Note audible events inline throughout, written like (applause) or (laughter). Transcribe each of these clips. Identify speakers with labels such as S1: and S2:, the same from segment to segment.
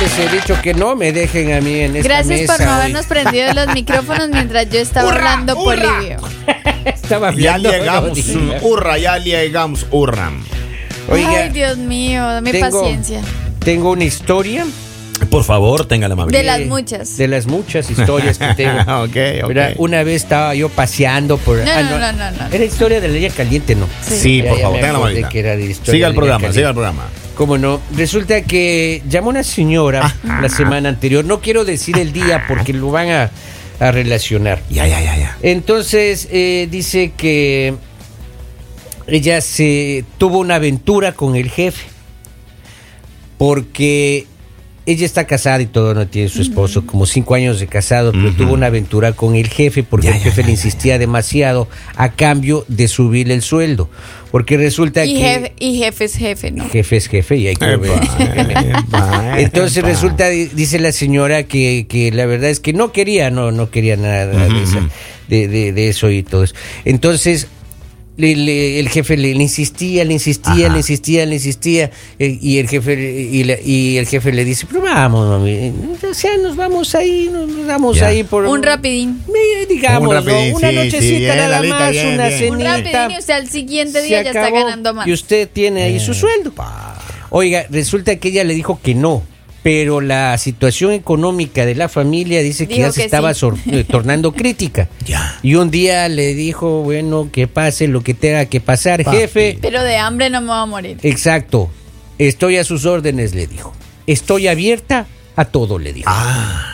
S1: les he dicho que no me dejen a mí en esta
S2: Gracias
S1: mesa
S2: por no
S1: hoy.
S2: habernos prendido
S1: (laughs)
S2: los micrófonos mientras yo estaba
S3: ¡Hurra!
S2: hablando
S3: ¡Hurra!
S2: Polivio.
S1: Estaba
S3: Ya
S1: hablando,
S3: llegamos,
S1: no diga.
S3: hurra, ya llegamos, hurra.
S1: Oiga,
S2: Ay, Dios mío, dame
S1: tengo-
S2: paciencia.
S1: tengo una historia
S3: Por favor, tenga la amabilidad.
S2: De las muchas.
S1: de las muchas historias que tengo.
S3: (laughs) ok, ok.
S1: Mira, Una vez estaba yo paseando por. Ah,
S2: No, no, no, no, no.
S1: Era historia de la leña caliente, ¿no?
S2: Sí.
S3: Sí,
S1: Ya,
S3: por
S1: ya
S3: favor,
S1: me
S3: tenga la
S1: acordé
S3: amabilidad.
S1: que era de historia
S3: Siga el
S1: de
S3: programa,
S1: Leña
S3: siga el
S1: Caliente.
S3: programa.
S1: Cómo no. Resulta que llamó una señora
S3: Ah.
S1: la semana anterior. No quiero decir el día porque lo van a, a relacionar.
S3: Ya, ya, ya, ya.
S1: Entonces eh, dice que ella se tuvo una aventura con el jefe porque ella está casada y todo, no tiene su esposo, como cinco años de casado, pero tuvo una aventura con el jefe porque
S3: Ya,
S1: el
S3: ya,
S1: jefe
S3: ya,
S1: le
S3: ya,
S1: insistía demasiado a cambio de subirle el sueldo, porque resulta
S2: Y
S1: que
S2: jefe, y jefe es jefe, ¿no?
S1: jefe es jefe y hay que obedecer.
S3: Epa,
S1: Entonces
S3: epa.
S1: resulta, di- dice la señora, que, que la verdad es que no quería, no, no quería nada de, esa- de- de- de eso y todo eso. Entonces, le- le- el jefe le, le insistía, le insistía,
S3: Ajá.
S1: le insistía, le insistía, eh, y el jefe le- y, la- y el jefe le dice, pero vamos, mami, eh, o sea, nos vamos ahí, nos vamos
S3: Ya.
S1: ahí por
S2: Un rapidín.
S1: Eh, digamos,
S3: Un
S1: ¿no?
S3: rapidín,
S1: una
S3: sí, sí,
S1: nochecita
S3: bien,
S1: nada
S3: Lalita,
S1: más,
S3: bien,
S1: una
S3: bien.
S2: Un
S1: cenita.
S2: rapidín y usted al siguiente
S1: Se
S2: día ya está
S1: acabó,
S2: ganando más.
S1: Y usted tiene ahí
S3: Eh.
S1: su sueldo. Oiga, resulta que ella le dijo que no, pero la situación económica de la familia dice que
S2: Dijo
S1: ya se
S2: que
S1: estaba
S2: sí.
S1: sor- eh,
S2: (laughs)
S1: tornando crítica.
S3: Ya.
S1: Y un día le dijo, bueno, que pase lo que tenga que pasar,
S3: Papi.
S1: jefe.
S2: Pero de hambre no me voy a morir.
S1: Exacto, estoy a sus órdenes, le dijo. Estoy abierta a todo, le dijo.
S3: Ah,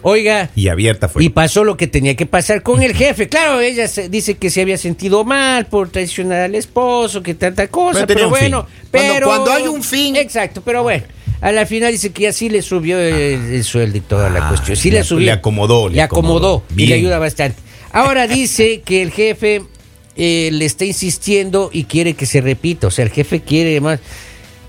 S1: Oiga,
S3: y abierta fue.
S1: y pasó lo que tenía que pasar con el jefe. Claro, ella se- dice que se había sentido mal por traicionar al esposo, que tanta cosa,
S3: Pero tenía
S1: pero,
S3: un fin.
S1: bueno.
S3: Cuando-
S1: pero-
S3: cuando hay un fin.
S1: Exacto, pero bueno. A la final dice que así le subió el, el sueldo y toda la
S3: Ah,
S1: cuestión. Sí
S3: le
S1: le,
S3: ac-
S1: subió.
S3: le acomodó, le
S1: Le, acomodó.
S3: acomodó.
S1: Y le
S3: Bien.
S1: ayuda bastante. Ahora dice que el jefe eh, le está insistiendo y quiere que se repita. O sea, el jefe quiere más.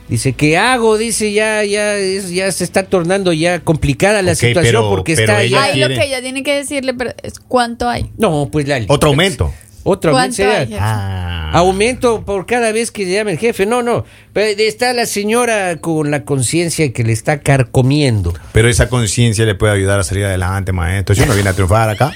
S1: Dice, ¿qué hago? Dice, ya, ya, es- ya se está tornando ya complicada la
S3: Ok,
S1: situación
S3: pero-
S1: porque
S3: pero
S1: está
S3: ella
S1: ya-
S2: Ahí lo
S3: quiere-
S2: que ella tiene que decirle pero es cuánto hay.
S1: no, pues Lali.
S3: Otro aumento.
S1: Otro
S2: ¿Cuánto
S1: aumento será.
S2: hay, jefe?
S3: Ah.
S1: Aumento por cada vez que llame el jefe. No, no. Pero Está la señora con la conciencia que le está carcomiendo.
S3: Pero esa conciencia le puede ayudar a salir adelante, maestro. Yo no vine a triunfar acá.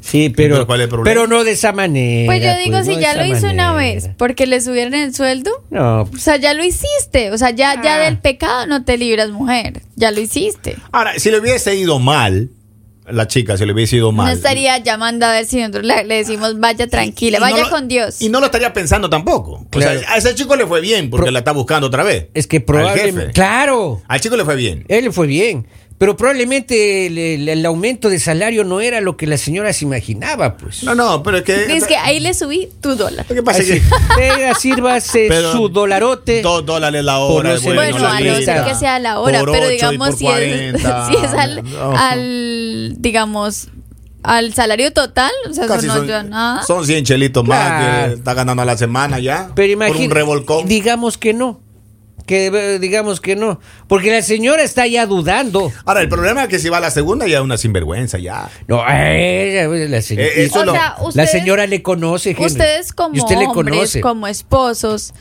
S1: Sí,
S3: pero-
S1: pero,
S3: ¿cuál es el problema?
S1: pero no de esa manera.
S2: Pues yo digo,
S1: pues, no
S2: si
S1: de
S2: ya
S1: esa
S2: lo hizo una
S1: manera.
S2: vez, porque le subieron el sueldo,
S1: No,
S2: o sea, ya lo hiciste. O sea, ya,
S1: Ah.
S2: ya del pecado no te libras, mujer. Ya lo hiciste.
S3: Ahora, si le hubiese ido mal, la chica, si le hubiese ido mal. Ah.
S2: No estaría llamando a ver si nosotros le, le decimos, vaya tranquila,
S3: Y no
S2: vaya
S3: lo-
S2: con Dios.
S3: Y no lo estaría pensando tampoco. O
S1: Claro.
S3: sea, a ese chico le fue bien porque
S1: Pro-
S3: la está buscando otra vez.
S1: es que
S3: Al, jefe.
S1: probablemente. Claro,
S3: Al chico le fue bien.
S1: él le fue bien. Pero probablemente el, el- el aumento de salario no era lo que la señora se imaginaba, pues.
S3: No, no, pero es que.
S2: Dice que ahí le subí tu dólar.
S3: Lo que pasa es
S1: Así, (laughs)
S3: que.
S1: venga, sírvase
S3: Pero-
S1: su dolarote.
S3: Dos dólares la
S1: Por
S3: hora.
S1: no ser-
S2: Bueno,
S1: Bueno,
S2: a
S1: la
S2: no ser
S1: lista.
S2: que sea la hora,
S3: Por
S2: pero
S3: ocho y
S2: digamos
S3: por
S2: si es, (laughs)
S3: 40.
S2: si es al,
S3: No.
S2: al, digamos, al salario total, o sea, eso
S3: Casi
S2: no
S3: son,
S2: ayuda a nada.
S3: son 100 chelitos más
S1: Claro.
S3: que está ganando a la semana ya.
S1: Pero
S3: Por un
S1: imagínate,
S3: revolcón.
S1: digamos que no. Que eh, digamos que no, porque la señora está ya dudando.
S3: Ahora, el problema es que si va a la segunda ya es una sinvergüenza ya.
S1: No, eh, la, señ-
S3: Eh, eso
S2: o
S3: lo-
S2: sea,
S1: la
S2: ustedes,
S1: señora le conoce, Henry.
S2: ustedes como
S1: y usted le
S2: hombres,
S1: conoce.
S2: como esposos,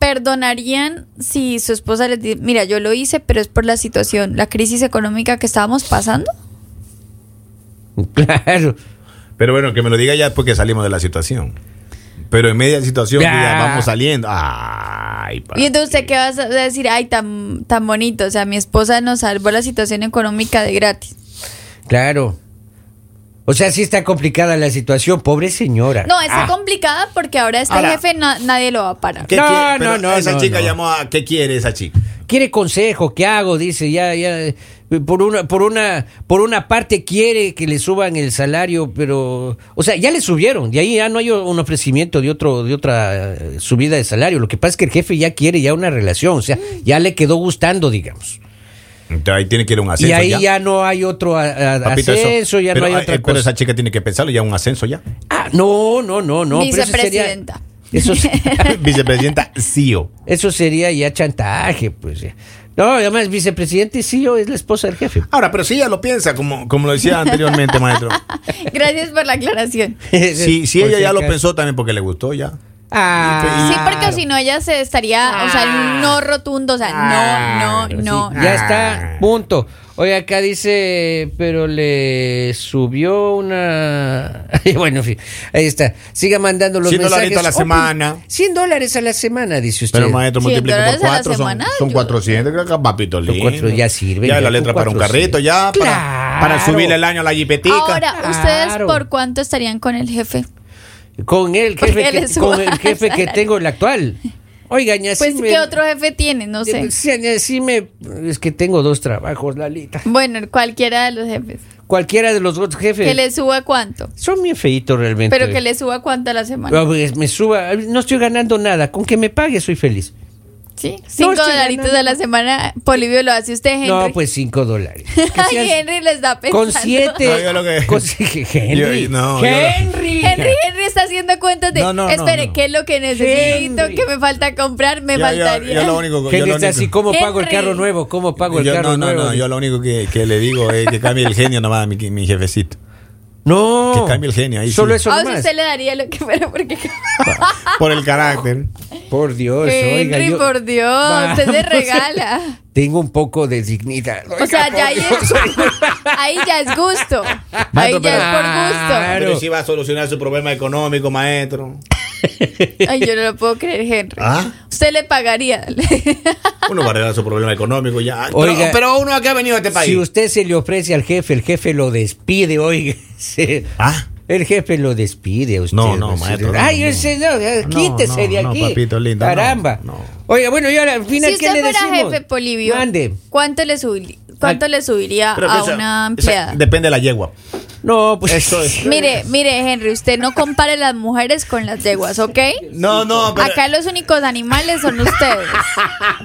S2: perdonarían si su esposa les dice, mira, yo lo hice, pero es por la situación, la crisis económica que estábamos pasando.
S1: (laughs) Claro.
S3: Pero bueno, que me lo diga ya porque salimos de la situación. Pero en media situación
S1: Ya.
S3: ya vamos saliendo. Ay,
S2: Y entonces usted qué vas a decir, ay, tan, tan bonito, o sea, mi esposa nos salvó la situación económica de gratis.
S1: Claro. O sea, sí está complicada la situación, pobre señora.
S2: No, está
S1: Ah,
S2: complicada porque ahora este
S3: Ahora-
S2: jefe na- nadie lo va a parar. (laughs)
S3: ¿Qué
S1: No,
S3: quiere? Pero
S1: no, no,
S3: Esa
S1: no,
S3: chica
S1: no.
S3: llamó a. ¿Qué quiere esa chica?
S1: Quiere consejo, ¿qué hago? Dice, ya ya eh, por una por una por una parte quiere que le suban el salario, pero o sea, ya le subieron, de ahí ya no hay un ofrecimiento de otro de otra eh, subida de salario. Lo que pasa es que el jefe ya quiere ya una relación, o sea, ya le quedó gustando, digamos.
S3: Entonces ahí tiene que ir a un ascenso.
S1: Y ahí
S3: ya.
S1: ya. no hay otro a- a-
S3: Papito, eso-
S1: ascenso, ya
S3: pero,
S1: no hay
S3: ay,
S1: otra
S3: Pero
S1: cosa.
S3: esa chica tiene que pensarlo, ya un
S2: (laughs)
S3: ascenso ya.
S1: Ah, no, no, no, no. pero eso sería-
S2: Vicepresidenta.
S1: Eso, se-
S3: Vicepresidenta CEO.
S1: eso sería ya chantaje, pues. ya. No, además, vicepresidente sí yo es la esposa del jefe.
S3: Ahora, pero si ella lo piensa, como, como lo decía
S1: (laughs)
S3: anteriormente, maestro.
S2: Gracias por la aclaración.
S3: Si, si (laughs)
S1: Por
S3: ella ya lo
S1: acaso.
S3: pensó también porque le gustó ya.
S1: Pues Ah,
S2: Sí, porque si no ella se estaría, o sea, el no rotundo, o sea, no, no,
S3: Claro, sí.
S2: no.
S1: Ah, Ya está, punto. Oye, acá dice, pero le subió una... (laughs) bueno, en fin, ahí está. Siga mandando los
S3: 100
S1: mensajes.
S3: dolaritos a la
S1: Opi-
S3: semana.
S1: 100 dólares a la semana, dice usted.
S3: Pero maestro,
S2: Sí,
S3: multiplica por
S2: dólares a la
S3: cuatro, son,
S2: semana,
S3: son
S2: yo-
S3: 400, creo que papito lindo.
S1: cuatro ya sirven,
S3: Ya
S1: ya
S3: la
S1: con
S3: letra para un
S1: 400.
S3: carrito, ya para,
S1: Claro.
S3: para subirle el año a la jipetica.
S2: Ahora, ¿ustedes
S1: Claro.
S2: por cuánto estarían con el jefe?
S1: Con el
S2: Porque
S1: jefe,
S2: le
S1: que,
S2: suba
S1: con el
S2: el
S1: jefe que
S2: salario.
S1: tengo el actual. Oiga, ya sí
S2: Pues,
S1: me- eh, pues,
S2: ¿qué otro jefe tiene? No sé.
S1: Sí, ya sí me... Es que tengo dos trabajos, Lalita.
S2: Bueno, cualquiera de los jefes.
S1: Cualquiera de los dos
S2: ¿Que
S1: jefes.
S2: le suba cuánto?
S1: Son bien feitos realmente.
S2: Pero que le suba cuánto a la semana.
S1: Ah, pues, Me suba... No estoy ganando nada. Con que me pague soy feliz.
S2: ¿Sí? Cinco
S1: estoy
S2: dolaritos
S1: ganando.
S2: a la semana, Polivio lo hace usted, Henry.
S1: No, pues cinco dólares. Que
S2: (laughs) Ay,
S1: seas-
S2: Henry les da
S1: Con
S2: pensando.
S1: siete.
S3: No, yo lo que-
S1: con si- Henry.
S3: Yo- no, yo lo-
S1: Henry.
S2: (laughs) Henry, Henry está haciendo cuentas de,
S3: No, no, no,
S2: espere,
S3: no.
S2: ¿qué es lo que necesito?
S1: Henry.
S2: ¿Qué me falta comprar? Me
S3: Yo- yo-
S2: faltaría.
S3: yo lo único- yo
S1: Henry
S3: lo
S1: está
S3: único-
S1: así, ¿cómo pago el
S2: Henry.
S1: carro nuevo? ¿Cómo pago el
S3: Yo-
S1: carro
S3: no, no,
S1: nuevo?
S3: no, yo lo único que, que le digo es que cambie el genio nomás a mi, mi jefecito.
S1: No.
S3: Que cambie el genio ahí,
S1: Solo
S3: sí.
S1: eso
S2: (laughs) Ah, o sea,
S1: nomás.
S2: usted le daría lo que fuera porque... (laughs)
S3: Por el carácter.
S1: Por Dios,
S3: Pues,
S1: oiga.
S2: Henry,
S1: yo-
S2: por Dios,
S3: (laughs)
S2: usted se
S1: Vamos.
S2: regala.
S1: Tengo un poco de dignidad.
S2: O sea, ya ahí, es- (laughs) ahí ya es gusto. Ahí
S3: Maestro,
S2: ya
S1: (laughs)
S2: es
S1: Claro.
S3: Pero si va a solucionar su problema económico, maestro.
S2: por gusto. Ay, yo no lo puedo creer, Henry.
S3: ¿Ah?
S2: Usted le
S3: (laughs)
S2: pagaría. (laughs)
S3: Uno va a arreglar su problema económico ya. Pero-
S1: Oiga.
S3: pero, uno a qué ha venido a este país.
S1: Si usted se le ofrece al jefe, el jefe lo despide, oiga. (laughs) Se-
S3: Ah.
S1: El jefe lo despide a usted.
S3: No, no,
S1: sé.
S3: maestro, no,
S1: Ay,
S3: no.
S1: ese no, eh,
S3: No,
S1: quítese
S3: no,
S1: de
S3: no,
S1: aquí.
S3: papito lindo, no,
S1: Caramba.
S3: no.
S1: Oiga, bueno, y ahora al final,
S2: si
S1: ¿qué
S2: usted
S1: le
S2: fuera
S1: decimos?
S2: jefe Polivio,
S1: Mande.
S2: ¿cuánto le, subili- cuánto le subiría
S3: Pero
S2: a
S3: esa-
S2: una
S3: esa-
S2: empleada?
S3: depende de la yegua.
S1: No, pues.
S3: Eso es.
S2: Mire, mire, Henry, usted no compare las mujeres con las yeguas, ¿ok?
S3: No, no, pero.
S2: Acá los únicos animales son ustedes.
S1: (laughs)
S3: (laughs)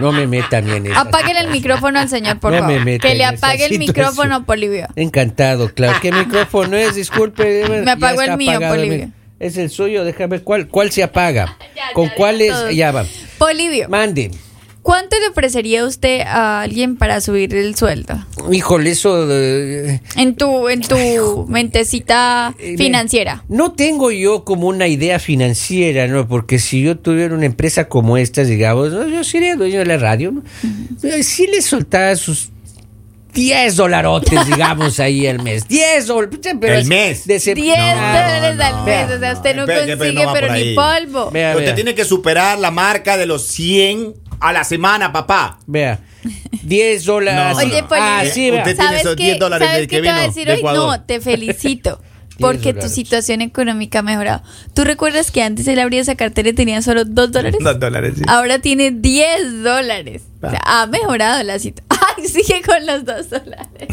S1: No me meta bien eso.
S2: Apáguenle el micrófono al señor, por
S1: No me
S2: favor.
S1: meta
S2: Que le
S1: en esa
S2: apague el
S1: situación.
S2: micrófono, Polivio.
S1: Encantado, claro. ¿Qué micrófono es? Disculpe.
S2: Me
S1: ya
S2: apagó
S1: está
S2: el mío,
S1: apagado
S2: Polibio. Ah,
S1: mío. Es el suyo, déjame ver cuál, cuál se apaga.
S2: Ya,
S1: ¿Con
S2: ya,
S1: cuál
S2: ya
S1: es?
S2: todos.
S1: Ya va.
S2: Polivio,
S1: Mande.
S2: ¿cuánto le ofrecería usted a alguien para subir el sueldo?
S1: Híjole, eso. eh,
S2: En tu, en tu mentecita
S1: Eh,
S2: financiera.
S1: No tengo yo como una idea financiera, ¿no? Porque si yo tuviera una empresa como esta, digamos, ¿no? yo sería dueño de la radio, ¿no? Si le soltaba sus 10 dolarotes,
S2: (laughs)
S1: digamos, ahí al mes. 10 dólares.
S3: ¿El mes?
S2: 10 dólares al mes. O sea, usted no
S3: espere, espere,
S2: consigue,
S3: no va
S2: pero
S3: por
S2: ni
S3: ahí.
S2: polvo.
S1: Vea,
S3: usted
S1: vea.
S3: tiene que superar la marca de los 100 a la semana, papá.
S1: Vea. 10 dólares.
S3: No,
S1: así.
S2: Oye,
S3: no.
S2: Poli,
S1: Ah,
S3: eh,
S1: sí, vea.
S3: usted- tiene
S2: ¿sabes
S3: esos
S2: qué-
S3: 10 dólares
S2: ¿sabes
S3: del
S2: qué
S3: que
S2: te iba a
S3: vino
S2: decir
S3: de
S2: hoy?
S3: Ecuador?
S2: No, te
S3: (laughs)
S2: felicito. Porque tu
S1: dólares.
S2: situación económica ha mejorado. ¿Tú recuerdas que antes él abría esa cartera y tenía solo 2 dólares? Ah.
S3: Dos dólares, sí. Ah.
S2: Ahora tiene 10 dólares. O sea, ha mejorado la situación. (laughs) Ay, sigue con los 2 dólares.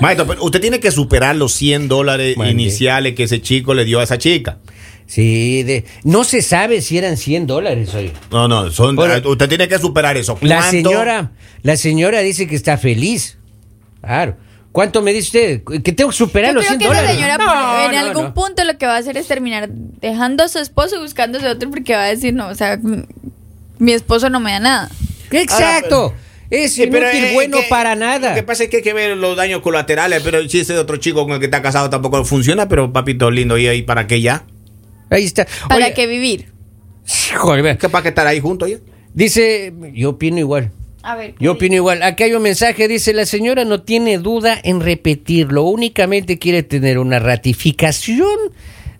S3: Maestro, pero usted tiene que superar los 100 dólares
S1: Mande.
S3: iniciales que ese chico le dio a esa chica.
S1: Sí, de- no se sabe si eran 100 dólares oye.
S3: No, no, son, ah,
S1: Ahora-
S3: usted tiene que superar eso.
S1: La
S3: ¿Cuánto?
S1: señora, la señora dice que está feliz. Claro. ¿Cuánto me dice usted? Que tengo que superar
S2: Yo
S1: los
S2: creo
S1: 100
S2: que esa
S1: dólares.
S2: señora
S1: No,
S2: en
S1: no,
S2: algún
S1: no.
S2: punto lo que va a hacer es terminar dejando a su esposo y buscándose otro porque va a decir, no, o sea, m- mi esposo no me da nada.
S1: Exacto. Es
S3: Sí,
S1: inútil,
S3: pero es
S1: bueno
S3: que-
S1: para
S3: Lo
S1: nada.
S3: que pasa es que hay que ver los daños colaterales, pero si ese otro chico con el que está casado tampoco funciona, pero papito lindo, ¿y ahí para qué ya?
S1: Ahí está.
S2: ¿Para
S1: Oye,
S2: qué vivir?
S1: híjole, vea.
S3: ¿Qué para qué estar ahí juntos ya?
S1: Dice, yo opino igual.
S2: A ver.
S1: Yo opino igual. Aquí hay un mensaje, dice, la señora no tiene duda en repetirlo, únicamente quiere tener una ratificación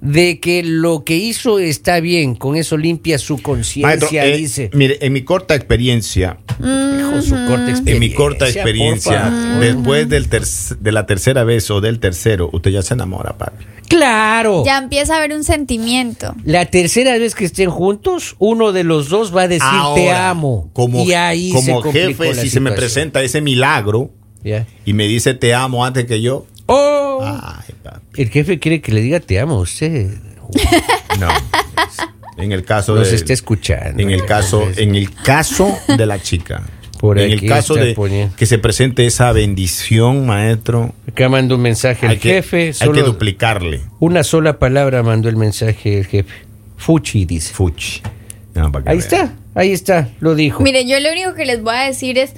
S1: de que lo que hizo está bien, con eso limpia su
S3: Maestro,
S1: conciencia,
S3: eh,
S1: dice.
S3: mire, en mi corta experiencia,
S1: Hijo, su corta
S3: en mi corta
S1: por
S3: experiencia,
S1: favor.
S3: después del terc- de la tercera vez o del tercero, usted ya se enamora, papi.
S1: Claro.
S2: Ya empieza a haber un sentimiento.
S1: La tercera vez que estén juntos, uno de los dos va a decir te
S3: Ahora,
S1: amo.
S3: Como,
S1: y ahí se
S3: como
S1: complicó
S3: jefe,
S1: la
S3: si se me
S1: situación.
S3: presenta ese milagro
S1: Ya.
S3: y me dice te amo antes que yo.
S1: Oh,
S3: Ay, papi.
S1: el jefe quiere que le diga te amo a usted.
S3: No. En el caso
S1: Nos
S3: de.
S1: está escuchando.
S3: En el caso, en el caso de la chica.
S1: Por
S3: en
S1: aquí
S3: el caso
S1: está
S3: de
S1: poniendo.
S3: que se presente esa bendición, maestro.
S1: Acá manda un mensaje el
S3: hay que-
S1: jefe.
S3: hay
S1: solo
S3: que duplicarle.
S1: Una sola palabra mandó el mensaje el jefe. Fuchi dice.
S3: Fuchi. No, para que
S1: Ahí
S3: vea.
S1: está, ahí está, lo dijo.
S2: Mire, yo lo único que les voy a decir es,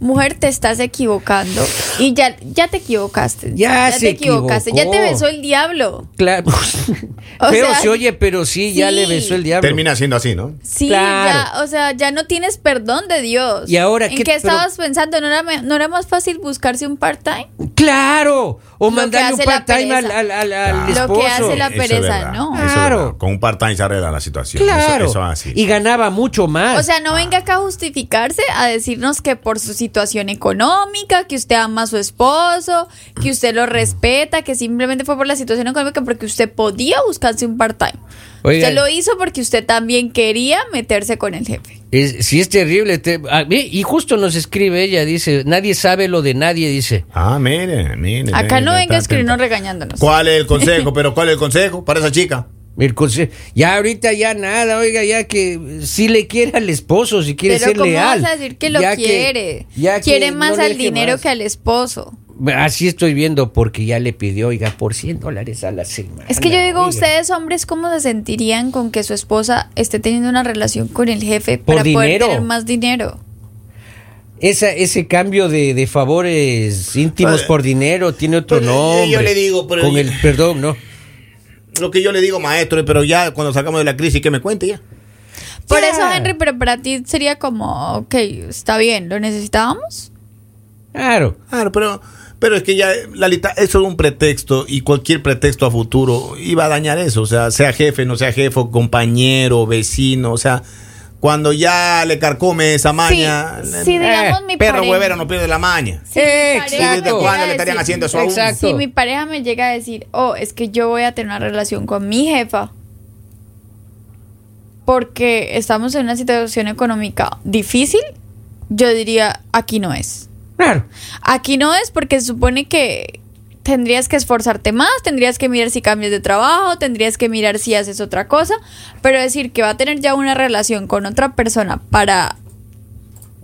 S2: mujer, te estás equivocando y ya, ya te equivocaste.
S1: Ya se
S2: te equivocaste, ya te
S1: equivocó.
S2: besó el diablo.
S1: Claro. (laughs)
S2: O
S1: Feo
S2: sea,
S1: se oye, pero sí, ya
S2: sí.
S1: le besó el diablo.
S3: Termina siendo así, ¿no?
S2: Sí,
S1: Claro.
S2: ya, o sea, ya no tienes perdón de Dios.
S1: ¿Y ahora
S2: ¿En
S1: qué-
S2: qué,
S1: pero-
S2: estabas pensando? ¿No era, me- ¿No era más fácil buscarse un part-time?
S1: Claro. O
S2: que
S1: mandarle un
S2: hace la
S1: part-time al,
S2: pereza.
S1: al, al- al
S2: Lo
S1: esposo.
S2: que hace la
S3: Eso es
S2: pereza,
S3: verdad,
S2: ¿no?
S3: eso es
S1: Claro.
S3: verdad. Con un part-time se arregla la situación.
S1: Claro.
S3: Eso, eso es así.
S1: Y ganaba mucho más.
S2: O sea, no venga acá a justificarse, a decirnos que por su situación económica, que usted ama a su esposo, que usted lo respeta, que simplemente fue por la situación económica porque usted podía buscarse un part-time.
S1: Oiga.
S2: Usted lo hizo porque usted también quería meterse con el jefe.
S1: Es- sí, es terrible. te- a mí- y justo nos escribe ella, dice, nadie sabe lo de nadie, dice.
S3: Ah, miren, miren.
S2: Acá
S3: miren,
S2: no
S3: está
S2: venga a escribirnos
S3: atenta.
S2: regañándonos.
S3: ¿Cuál es
S2: (laughs)
S3: el consejo? Pero ¿cuál es el consejo para esa chica?
S1: El conse- ya ahorita ya nada, oiga, ya que si le quiere al esposo, si quiere
S2: Pero
S1: ser
S2: ¿cómo
S1: leal.
S2: vas a decir que lo
S1: ya
S2: quiere?
S1: ya que
S2: quiere
S1: no
S2: más
S1: le
S2: al
S1: deje
S2: dinero
S1: más.
S2: que al esposo.
S1: Así estoy viendo porque ya le pidió, oiga, por 100 dólares a la semana.
S2: Es que yo digo,
S1: oiga.
S2: ustedes hombres, ¿cómo se sentirían con que su esposa esté teniendo una relación con el jefe
S1: Por
S2: para poder
S1: dinero.
S2: tener más dinero?
S1: Esa, ese cambio de, de favores íntimos
S3: Eh,
S1: por dinero tiene otro
S3: pero yo- yo
S1: nombre.
S3: le digo, pero
S1: Con
S3: yo-
S1: el perdón, ¿no?
S3: Lo que yo le digo, maestro, pero ya cuando salgamos de la crisis, que me cuente ya.
S2: Por
S1: Ya.
S2: eso, Henry, pero para ti sería como, ok, está bien, ¿lo necesitábamos?
S1: Claro.
S3: Claro, pero, pero es que ya, Lalita, eso es un pretexto y cualquier pretexto a futuro iba a dañar eso. O sea, sea jefe, no sea jefe, compañero, vecino, o sea, cuando ya le carcome esa maña.
S2: Sí,
S3: le-
S2: sí, digamos
S1: Eh,
S2: mi
S3: perro
S2: pareja-
S3: huevero no pierde la maña.
S2: si mi
S1: Exacto.
S2: pareja me
S1: ¿Desde cuándo
S2: llega a
S3: le estarían
S2: decir-
S3: haciendo eso a uno?
S1: Exacto.
S2: Si mi pareja me llega a decir, oh, es que yo voy a tener una relación con mi jefa porque estamos en una situación económica difícil, yo diría, aquí no es.
S1: Claro.
S2: Aquí no es porque se supone que tendrías que esforzarte más, tendrías que mirar si cambias de trabajo, tendrías que mirar si haces otra cosa, pero decir que va a tener ya una relación con otra persona para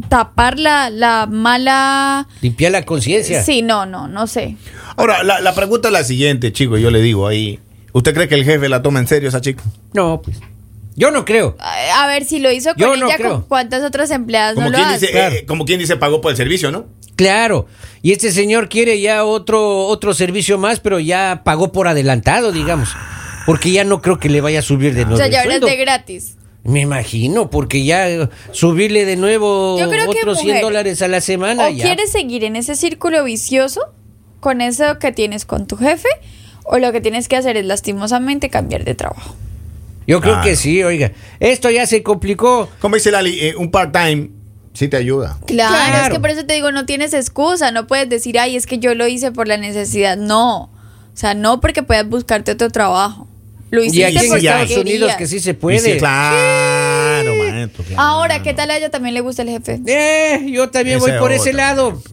S2: tapar la, la mala...
S1: Limpiar la conciencia.
S2: Sí, no, no, no sé.
S3: Ahora, la, la pregunta es la siguiente, chico, yo le digo ahí. ¿Usted cree que el jefe la toma en serio esa chica?
S1: No, pues. Yo no creo.
S2: A a ver si lo hizo con
S1: Yo no
S2: ella,
S1: creo.
S2: con cuántas otras empleadas
S3: Como,
S2: no lo
S3: quien
S2: hace.
S3: dice,
S1: Claro.
S3: eh, como quien dice, pagó por el servicio, ¿no?
S1: Claro. Y este señor quiere ya otro, otro servicio más, pero ya pagó por adelantado, digamos. Porque ya no creo que le vaya a subir de nuevo.
S2: o sea,
S1: el
S2: ya ahora es
S1: sueldo.
S2: de gratis.
S1: Me imagino, porque ya eh, subirle de nuevo
S2: Yo creo que
S1: otros 100
S2: mujer,
S1: dólares a la semana.
S2: O
S1: ya.
S2: quieres seguir en ese círculo vicioso con eso que tienes con tu jefe, o lo que tienes que hacer es lastimosamente cambiar de trabajo.
S1: Yo creo
S3: Ah,
S1: que
S3: no.
S1: sí, oiga. Esto ya se complicó.
S3: Como dice Lali, eh, un part-time sí te ayuda.
S2: Claro,
S1: Claro.
S2: es que por eso te digo, no tienes excusa, no puedes decir, ay, es que yo lo hice por la necesidad. No, o sea, no porque puedas buscarte otro trabajo. Lo
S1: Y
S2: hiciste
S1: aquí en
S2: porque
S3: ya.
S1: Estados Unidos
S2: querías.
S1: que sí se puede.
S3: Y sí, claro, maestro. claro.
S2: Ahora, ¿qué tal a ella también le gusta el jefe?
S1: Eh, yo también
S3: Esa
S1: voy
S3: es
S1: por
S3: otra,
S1: ese lado.
S3: esa es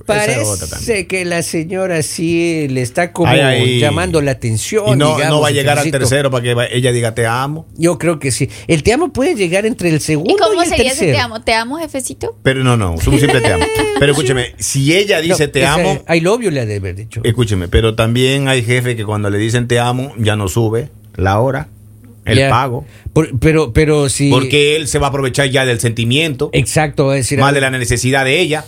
S3: otra
S1: Parece
S3: también.
S1: que la señora sí le está como
S3: Ay, ay.
S1: llamando la atención.
S3: Y no,
S1: digamos,
S3: no va a
S1: el
S3: llegar al
S1: tercito.
S3: tercero para que va- ella diga te amo.
S1: Yo creo que sí. El te amo puede llegar entre el segundo
S2: ¿Y cómo
S1: el
S2: sería ese
S1: tercero.
S2: te amo? ¿Te amo, jefecito?
S3: Pero no, no, un simple
S2: (laughs)
S3: te amo. Pero escúcheme, si ella
S1: No,
S3: dice te
S1: esa-
S3: amo,
S1: I love you le ha de haber dicho.
S3: escúcheme, pero también hay jefes que cuando le dicen te amo ya no sube la hora, el
S1: Ya.
S3: pago,
S1: Por- pero, pero sí.
S3: porque él se va a aprovechar ya del sentimiento,
S1: Exacto, va a decir.
S3: más
S1: algo.
S3: de la necesidad de ella.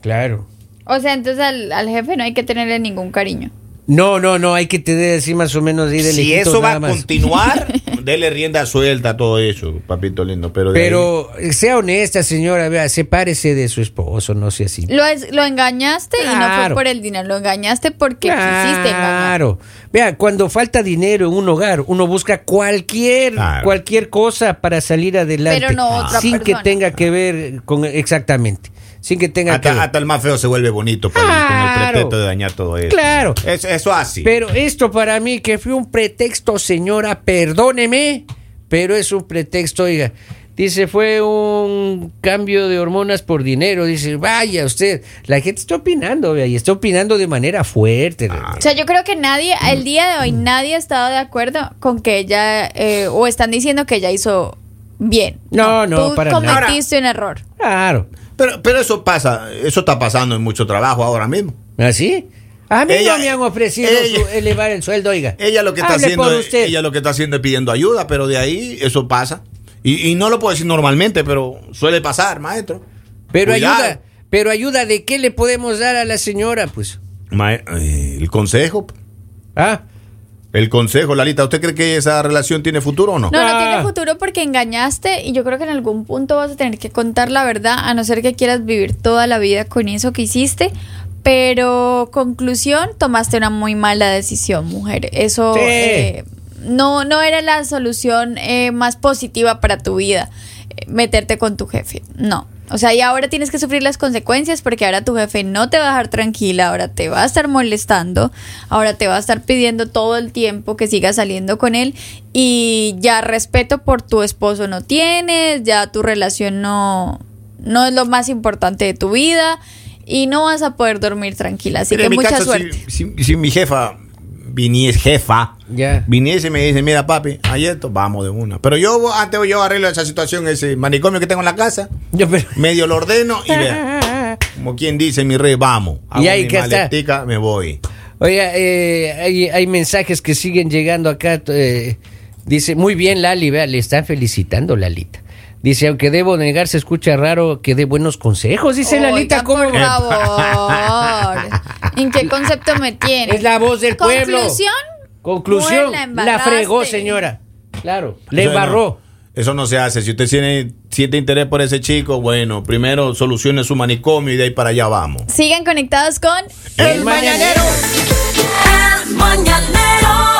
S1: Claro.
S2: O sea, entonces al, al jefe no hay que tenerle ningún cariño.
S1: No, no, no, hay que tener así más o menos ahí de
S3: Si
S1: lejitos
S3: eso va
S1: nada más. (laughs)
S3: a continuar, dele rienda suelta a todo eso, papito lindo. Pero, de ahí-
S1: Pero eh, sea honesta, señora, vea, sepárese de su esposo, no sea así.
S2: Lo, es- lo engañaste y no
S1: Claro.
S2: fue por el dinero, lo engañaste porque quisiste engañar.
S1: Claro. Vea, cuando falta dinero en un hogar, uno busca cualquier
S3: Claro.
S1: cualquier cosa para salir adelante,
S2: Pero no otra
S1: sin que
S2: persona.
S1: tenga que ver con exactamente, sin que tenga que
S3: hasta,
S1: ver.
S3: hasta el más feo se vuelve bonito Pablito, con
S1: Claro.
S3: el pretexto de dañar todo eso.
S1: Claro.
S3: Es- eso así.
S1: Pero esto para mí que fue un pretexto, señora, perdóneme, pero es un pretexto, oiga. Dice, fue un cambio de hormonas por dinero. Dice, vaya usted, la gente está opinando, vea, y está opinando de manera fuerte.
S3: Ah,
S2: O sea, yo creo que nadie, el día de hoy, nadie ha estado de acuerdo con que ella, eh, o están diciendo que ella hizo bien.
S1: No, no,
S2: Tú
S1: para nada.
S2: cometiste un error.
S1: Claro.
S3: Pero, pero eso pasa, eso está pasando en mucho trabajo ahora mismo.
S1: ¿Así? A mí
S3: Ella- e-,
S1: no me han ofrecido
S3: ella-
S1: su- elevar el sueldo, oiga.
S3: Ella lo que está
S1: Hable
S3: haciendo,
S1: por
S3: es,
S1: usted.
S3: ella lo que está haciendo es pidiendo ayuda, pero de ahí eso pasa. Y, y no lo puedo decir normalmente, pero suele pasar, maestro.
S1: Pero
S3: Cuidado.
S1: ayuda, Pero ayuda, ¿de qué le podemos dar a la señora? Pues,
S3: Ma- eh, el consejo.
S1: ah,
S3: El consejo, Lalita. ¿Usted cree que esa relación tiene futuro o no?
S2: No, no
S1: Ah.
S2: tiene futuro porque engañaste y yo creo que en algún punto vas a tener que contar la verdad, a no ser que quieras vivir toda la vida con eso que hiciste. Pero conclusión, tomaste una muy mala decisión, mujer. Eso
S1: Sí.
S2: eh, no, no era la solución eh, más positiva para tu vida, eh, meterte con tu jefe. No. O sea, y ahora tienes que sufrir las consecuencias porque ahora tu jefe no te va a dejar tranquila, ahora te va a estar molestando, ahora te va a estar pidiendo todo el tiempo que sigas saliendo con él y ya respeto por tu esposo no tienes, ya tu relación no, no es lo más importante de tu vida y no vas a poder dormir tranquila. Así
S3: Mira,
S2: que
S3: en mi
S2: mucha
S3: caso, si-
S2: suerte.
S3: Si, si mi jefa viniese, jefa,
S1: Ya.
S3: viniese y me dice, mira papi, ayer esto, vamos de una. Pero yo antes yo arreglo esa situación, ese manicomio que tengo en la casa,
S1: yo, pero-
S3: medio lo ordeno
S1: (laughs)
S3: y vea. Como quien dice, mi rey, vamos. Hago
S1: Y ahí
S3: mi
S1: que está.
S3: maletica, me voy.
S1: Oiga, eh, hay, hay mensajes que siguen llegando acá. eh, dice, muy bien Lali, vea, le están felicitando Lalita. Dice, aunque debo negar, se escucha raro que dé buenos consejos. Dice
S2: Oiga,
S1: Lalita, ¿cómo?
S2: Por favor. ¿En qué concepto me tienes?
S1: Es la voz del pueblo.
S2: Conclusión.
S1: Conclusión,
S2: Pues
S1: la,
S2: embarraste.
S1: fregó, señora. Claro, le
S3: Eso no-
S1: embarró.
S3: eso no se hace. Si usted tiene, siente interés por ese chico, bueno, primero solucione su manicomio y de ahí para allá vamos.
S2: Sigan conectados con
S1: El Mañanero.
S4: El Mañanero.